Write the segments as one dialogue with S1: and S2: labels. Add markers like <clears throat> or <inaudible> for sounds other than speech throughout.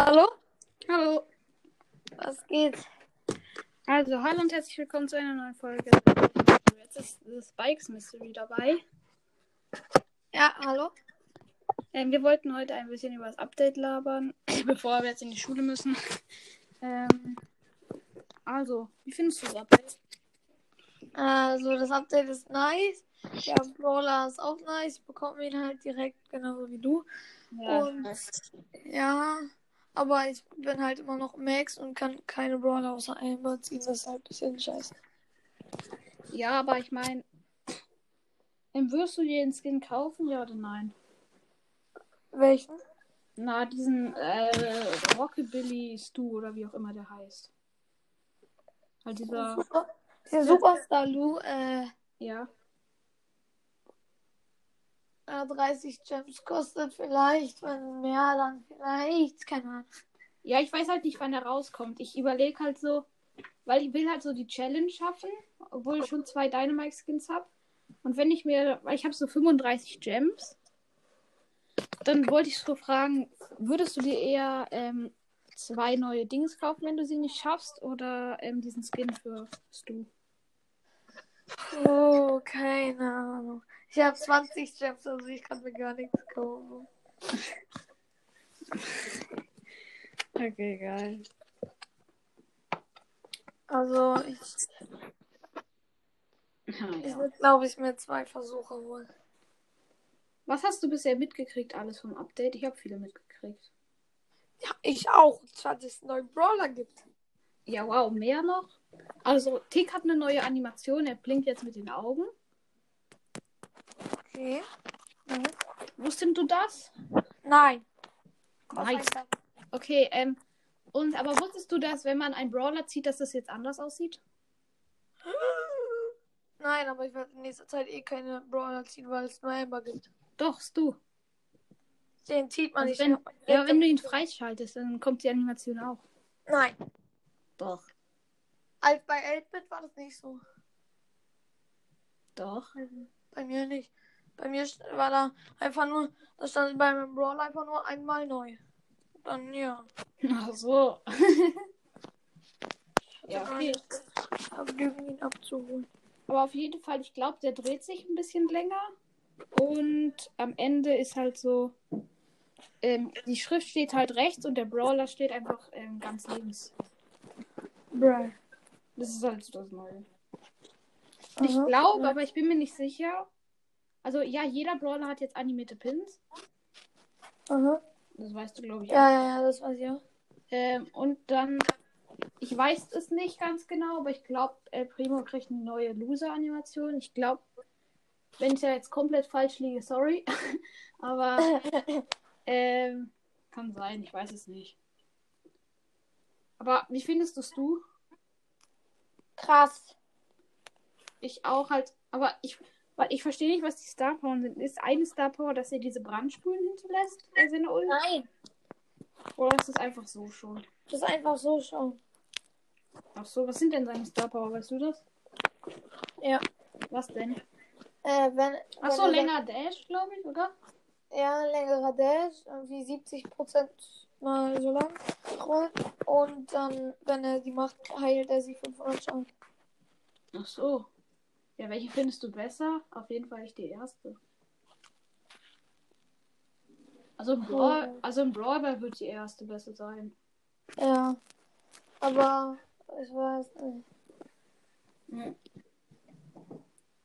S1: Hallo?
S2: Hallo,
S1: Was geht?
S2: also hallo und herzlich willkommen zu einer neuen Folge. Jetzt ist das Bikes Mystery dabei.
S1: Ja, hallo?
S2: Ähm, wir wollten heute ein bisschen über das Update labern, <clears throat> bevor wir jetzt in die Schule müssen. Ähm, also, wie findest du das Update?
S1: Also, das Update ist nice. Der Brawler ist auch nice. Ich bekomme ihn halt direkt, genauso wie du. Und- Ja, aber ich bin halt immer noch Max und kann keine Brawler außer Amber ziehen. Das ist halt ein bisschen scheiße.
S2: ja aber ich meine, ähm, wirst du dir den Skin kaufen, ja oder nein?
S1: Welchen?
S2: Na, diesen äh, Rockabilly Stu oder wie auch immer der heißt. Halt dieser,
S1: Super. Der Superstar Lou, äh,
S2: ja.
S1: äh, 30 Gems kostet vielleicht, wenn mehr, dann vielleicht. Keine Ahnung.
S2: Ja, ich weiß halt nicht, wann er rauskommt. Ich überlege halt so, weil ich will halt so die Challenge schaffen, obwohl ich schon zwei Dynamite-Skins habe. Und wenn ich mir, weil ich habe so 35 Gems, dann wollte ich so fragen, würdest du dir eher ähm, zwei neue Dings kaufen, wenn du sie nicht schaffst, oder ähm, diesen Skin für Stu?
S1: Oh, keine Ahnung. Ich habe 20 Gems, also ich kann mir gar nichts kaufen.
S2: Okay, geil.
S1: Also, ich Ich
S2: Also,
S1: würde, glaube ich, mir zwei Versuche holen.
S2: Was hast du bisher mitgekriegt alles vom Update? Ich habe viele mitgekriegt.
S1: Ja, ich auch. 20 neue Brawler gibt.
S2: Ja, wow, mehr noch? Also, Tick hat eine neue Animation, er blinkt jetzt mit den Augen.
S1: Okay.
S2: Wusstest du das?
S1: Mhm. Nein.
S2: Nice. Okay, ähm, und aber wusstest du, dass wenn man einen Brawler zieht, dass das jetzt anders aussieht?
S1: Nein, aber ich werde in nächster Zeit eh keine Brawler ziehen, weil es nur Amber gibt.
S2: Doch, du.
S1: Den zieht man
S2: Also
S1: nicht.
S2: wenn-
S1: mehr.
S2: Ja, wenn du ihn freischaltest, dann kommt die Animation auch.
S1: Nein.
S2: Doch.
S1: Als bei 8-Bit war das nicht so.
S2: Doch.
S1: Bei mir nicht. Bei mir st- war da einfach nur, da stand bei meinem Brawler einfach nur einmal neu. Dann ja.
S2: Ach so. <laughs> ja,
S1: Dann
S2: okay.
S1: war das Vergnügen, ihn abzuholen.
S2: Aber auf jeden Fall, ich glaube, der dreht sich ein bisschen länger. Und am Ende ist halt so, ähm, die Schrift steht halt rechts und der Brawler steht einfach ähm, ganz links.
S1: Bruh.
S2: Das ist halt so das Neue. Ich glaube, aber ich bin mir nicht sicher. Also ja, jeder Brawler hat jetzt animierte Pins.
S1: Aha.
S2: Das weißt du, glaube ich. auch.
S1: Ja, ja, ja, das weiß ich auch.
S2: Ähm, und dann, ich weiß es nicht ganz genau, aber ich glaube, El Primo kriegt eine neue Loser-Animation. Ich glaube, wenn ich da jetzt komplett falsch liege, sorry. <laughs> aber ähm, kann sein, ich weiß es nicht. Aber wie findest du's du?
S1: Krass.
S2: Ich auch halt, aber ich, weil ich verstehe nicht, was die Star Power sind. Ist eine Star Power, dass er diese Brandspulen hinterlässt? Also in der Ult?
S1: Nein.
S2: Oder ist das einfach so schon?
S1: Das ist einfach so schon.
S2: Ach so, was sind denn seine Star Power? Weißt du das?
S1: Ja.
S2: Was denn?
S1: Äh, wenn,
S2: Ach so,
S1: wenn er-
S2: länger Dash, glaube ich, oder?
S1: Ja, längerer Dash, irgendwie 70% mal so lang. Rollen. Und dann, wenn er die macht, heilt er sie 500 Schaden.
S2: Ach so. Ja, welche findest du besser? Auf jeden Fall nicht die erste. Also im Brawl,
S1: Oh.
S2: also im Brawl Ball wird die erste besser sein.
S1: Ja. Aber ich weiß nicht.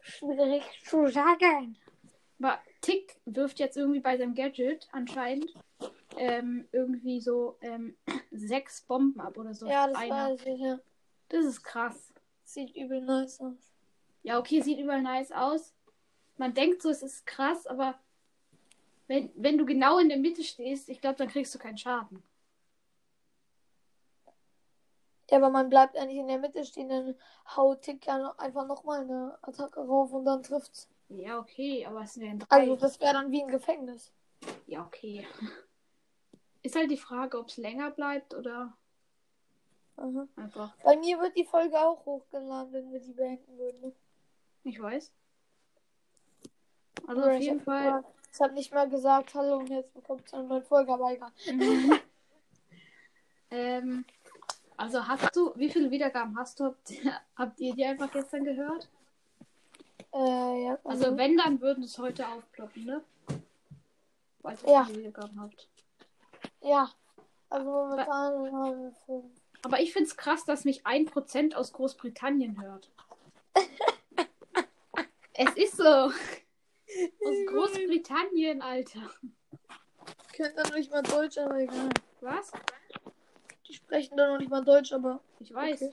S1: Schwierig zu sagen.
S2: Aber Tick wirft jetzt irgendwie bei seinem Gadget anscheinend ähm, irgendwie so ähm, <clears throat> sechs Bomben ab oder so.
S1: Ja,
S2: auf
S1: das
S2: einer.
S1: weiß ich, ja.
S2: das ist krass.
S1: Sieht übel nice aus.
S2: Ja, okay, sieht überall nice aus. Man denkt so, es ist krass, aber wenn, wenn du genau in der Mitte stehst, ich glaube, dann kriegst du keinen Schaden.
S1: Ja, aber man bleibt eigentlich in der Mitte stehen, dann haut Tick ja noch- einfach nochmal eine Attacke rauf und dann trifft's.
S2: Ja, okay, aber es wären drei.
S1: Also, das wäre dann wie ein Gefängnis.
S2: Ja, okay. <laughs> Ist halt die Frage, ob es länger bleibt oder
S1: Aha.
S2: einfach.
S1: Bei mir wird die Folge auch hochgeladen, wenn wir die beenden würden.
S2: Ich weiß. Also auf
S1: ich
S2: jeden
S1: hab
S2: Fall.
S1: Mal, ich habe nicht mal gesagt, hallo und jetzt bekommt es eine neue Folge, aber egal.
S2: Mhm. <laughs> Ähm, Also hast du, wie viele Wiedergaben hast du? Habt ihr, habt ihr die einfach gestern gehört?
S1: Äh, ja.
S2: Also wenn, dann würden es heute aufploppen, ne? Weil ihr
S1: Ja.
S2: viele Wiedergaben habt.
S1: ja. Also momentan haben wir fünf.
S2: Aber ich find's krass, dass mich 1% aus Großbritannien hört. es ist so. Aus <laughs> Großbritannien, Alter.
S1: Können dann nicht mal Deutsch, aber egal.
S2: Was?
S1: Die sprechen dann noch nicht mal Deutsch, aber.
S2: Ich weiß.
S1: Okay.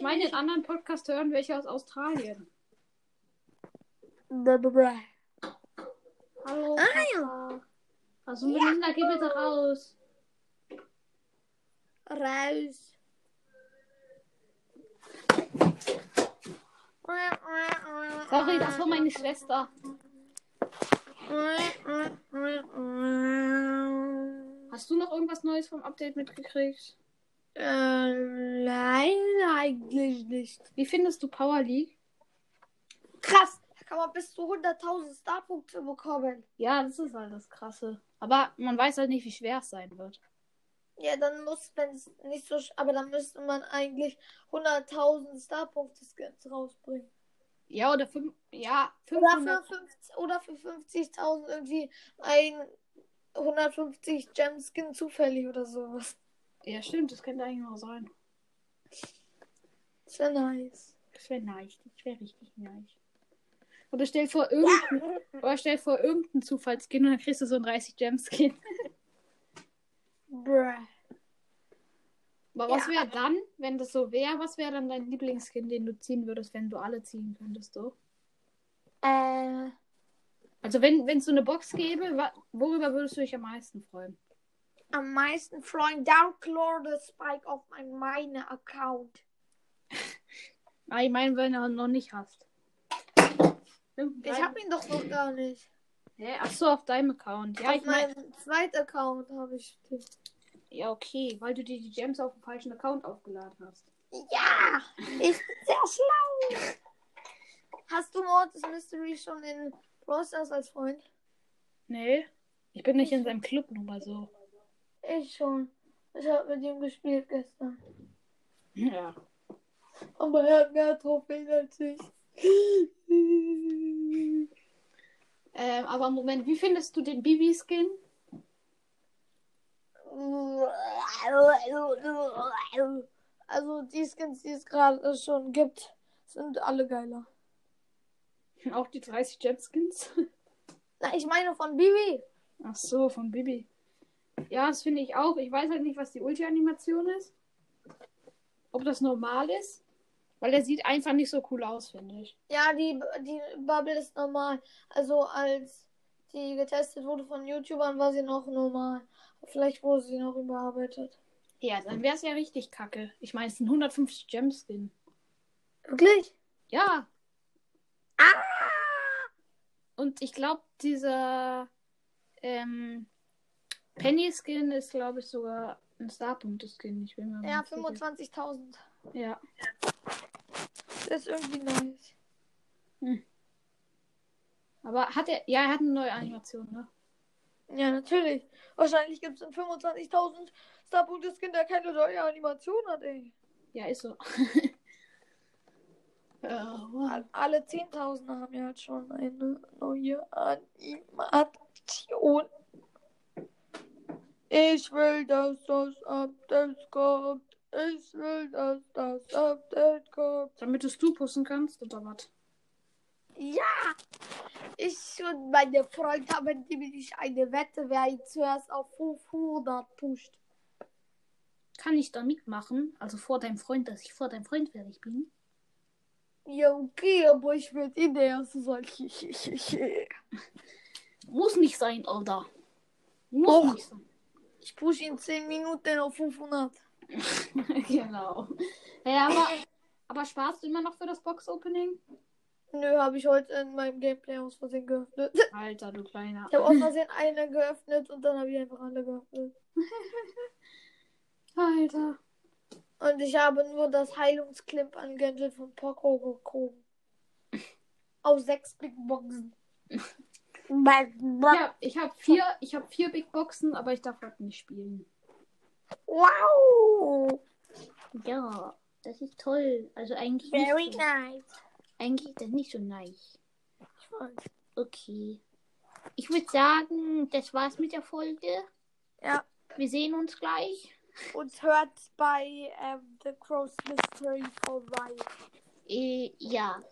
S1: <laughs>
S2: meine, den anderen Podcast hören welche aus Australien.
S1: Blablabla.
S2: Hallo.
S1: Ah,
S2: Papa. Also Melinda, geh bitte raus.
S1: Raus.
S2: Sorry, das war meine Schwester.
S1: Äh,
S2: Hast du noch irgendwas Neues vom Update mitgekriegt?
S1: Äh, nein, eigentlich nicht.
S2: Wie findest du Power League?
S1: Krass, da kann man bis zu 100.000 Starpunkte bekommen.
S2: Ja, das ist halt das Krasse. Aber man weiß halt nicht, wie schwer es sein wird.
S1: Ja, dann muss, wenn es nicht so, sch- aber dann müsste man eigentlich 100.000 Starpunkte Skins rausbringen.
S2: Ja, oder fünf. Ja,
S1: Oder für,
S2: 500.
S1: 50 oder für 50.000 irgendwie ein 150 Gem Skin zufällig oder sowas.
S2: Ja, stimmt, das könnte eigentlich noch sein.
S1: Das wäre nice.
S2: Das wäre nice. Das wäre richtig nice. Oder stell vor, irgendein, oder stell vor, irgendein Zufallskin und dann kriegst du so ein 30 Gem-Skin.
S1: Bruh.
S2: Aber was wäre dann, wenn das so wäre, was wäre dann dein Lieblingsskin, den du ziehen würdest, wenn du alle ziehen könntest, so?
S1: Äh,
S2: Also wenn es so eine Box gäbe, wa- worüber würdest du dich am meisten freuen?
S1: am meisten freuen Dark Lord Spike auf mein meine Account.
S2: Ah, ich meine, wenn du noch nicht hast.
S1: Ich habe ihn doch noch gar nicht.
S2: Hm, Hä? Ach so, auf deinem Account. Ja, ich
S1: auf
S2: meine.
S1: meinem zweiten Account habe ich den.
S2: Ja, okay, weil du dir die Gems auf dem falschen Account aufgeladen hast.
S1: Ja, ich bin sehr schlau. Hast du Mortis Mystery schon in Brawl Stars als Freund?
S2: Nee. Ich bin nicht in seinem Club, nur mal so.
S1: Ich schon. Ich habe mit ihm gespielt gestern.
S2: <laughs> Ja.
S1: Aber er hat mehr Trophäen als ich.
S2: Ähm, aber Moment, wie findest du den Bibi-Skin?
S1: Also die Skins, die es gerade schon gibt, sind alle geiler.
S2: Auch die 30 Jet-Skins?
S1: Na, ich meine von Bibi.
S2: Ach so, von Bibi. Ja, das finde ich auch. Ich weiß halt nicht, was die Ulti-Animation ist. Ob das normal ist. Weil der sieht einfach nicht so cool aus, finde ich.
S1: Ja, die, die Bubble ist normal. Also als die getestet wurde von YouTubern, war sie noch normal. Vielleicht wurde sie noch überarbeitet.
S2: Ja, dann wäre es ja richtig kacke. Ich meine, es ist ein 150 Gem-Skin.
S1: Wirklich?
S2: Ja. Ah! Und ich glaube, dieser ähm, Penny-Skin ist, glaube ich, sogar ein Starpunkte-Skin. Ich bin mir
S1: Ja,
S2: nicht sicher.
S1: 25.000.
S2: Ja.
S1: Das ist irgendwie nice.
S2: Aber hat er. Ja, er hat eine neue Animation, ne?
S1: Ja, natürlich. Wahrscheinlich gibt es in 25.000 Starbucks Skin, der keine neue Animation hat, ey.
S2: Ja, ist so. <laughs> Äh,
S1: Al- Alle 10.000 haben ja halt schon eine neue Animation. Ich will, dass das Update kommt. Ich will, dass das Update kommt.
S2: Damit du es du pussen kannst, oder was?
S1: Ja! Ich und meine Freunde haben nämlich eine Wette, wer ihn zuerst auf 500 pusht.
S2: Kann ich da mitmachen? Also vor deinem Freund, dass ich vor deinem Freund fertig bin?
S1: Ja, okay, aber ich werde eh der <laughs> Erste sein. Ich
S2: Muss nicht sein, Alter. Muss
S1: Doch.
S2: nicht sein. <laughs>
S1: push in 10 Minuten auf 500.
S2: genau. Ja, aber, aber sparst du immer noch für das Box-Opening?
S1: Nö, habe ich heute in meinem Gameplay aus Versehen geöffnet.
S2: Alter, du Kleiner.
S1: Ich habe aus Versehen eine geöffnet und dann habe ich einfach alle geöffnet.
S2: Alter.
S1: Und ich habe nur das Heilungsklimp an Gentle von Poco gekommen. Aus sechs Big Boxen.
S2: halt Ja, ich habe vier, ich hab vier Big Boxen, aber ich darf heute nicht spielen.
S1: Wow!
S3: Ja, das ist toll. Also eigentlich
S1: Very
S3: nicht so,
S1: nice.
S3: eigentlich ist das nicht so nice.
S1: Ich weiß.
S3: Okay. Ich würde sagen, das war's mit der Folge.
S1: Ja.
S3: Wir sehen uns gleich.
S1: Und hört bei ähm, The Crow's Mystery vorbei.
S3: Äh, ja.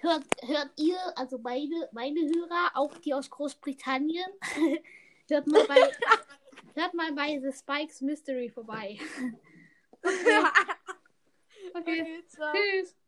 S3: Hört, hört ihr, also beide, meine Hörer, auch die aus Großbritannien, <laughs> hört mal
S1: <laughs>
S3: bei, hört mal bei The Spikes Mystery vorbei. Okay.
S1: okay, ciao.
S3: Tschüss.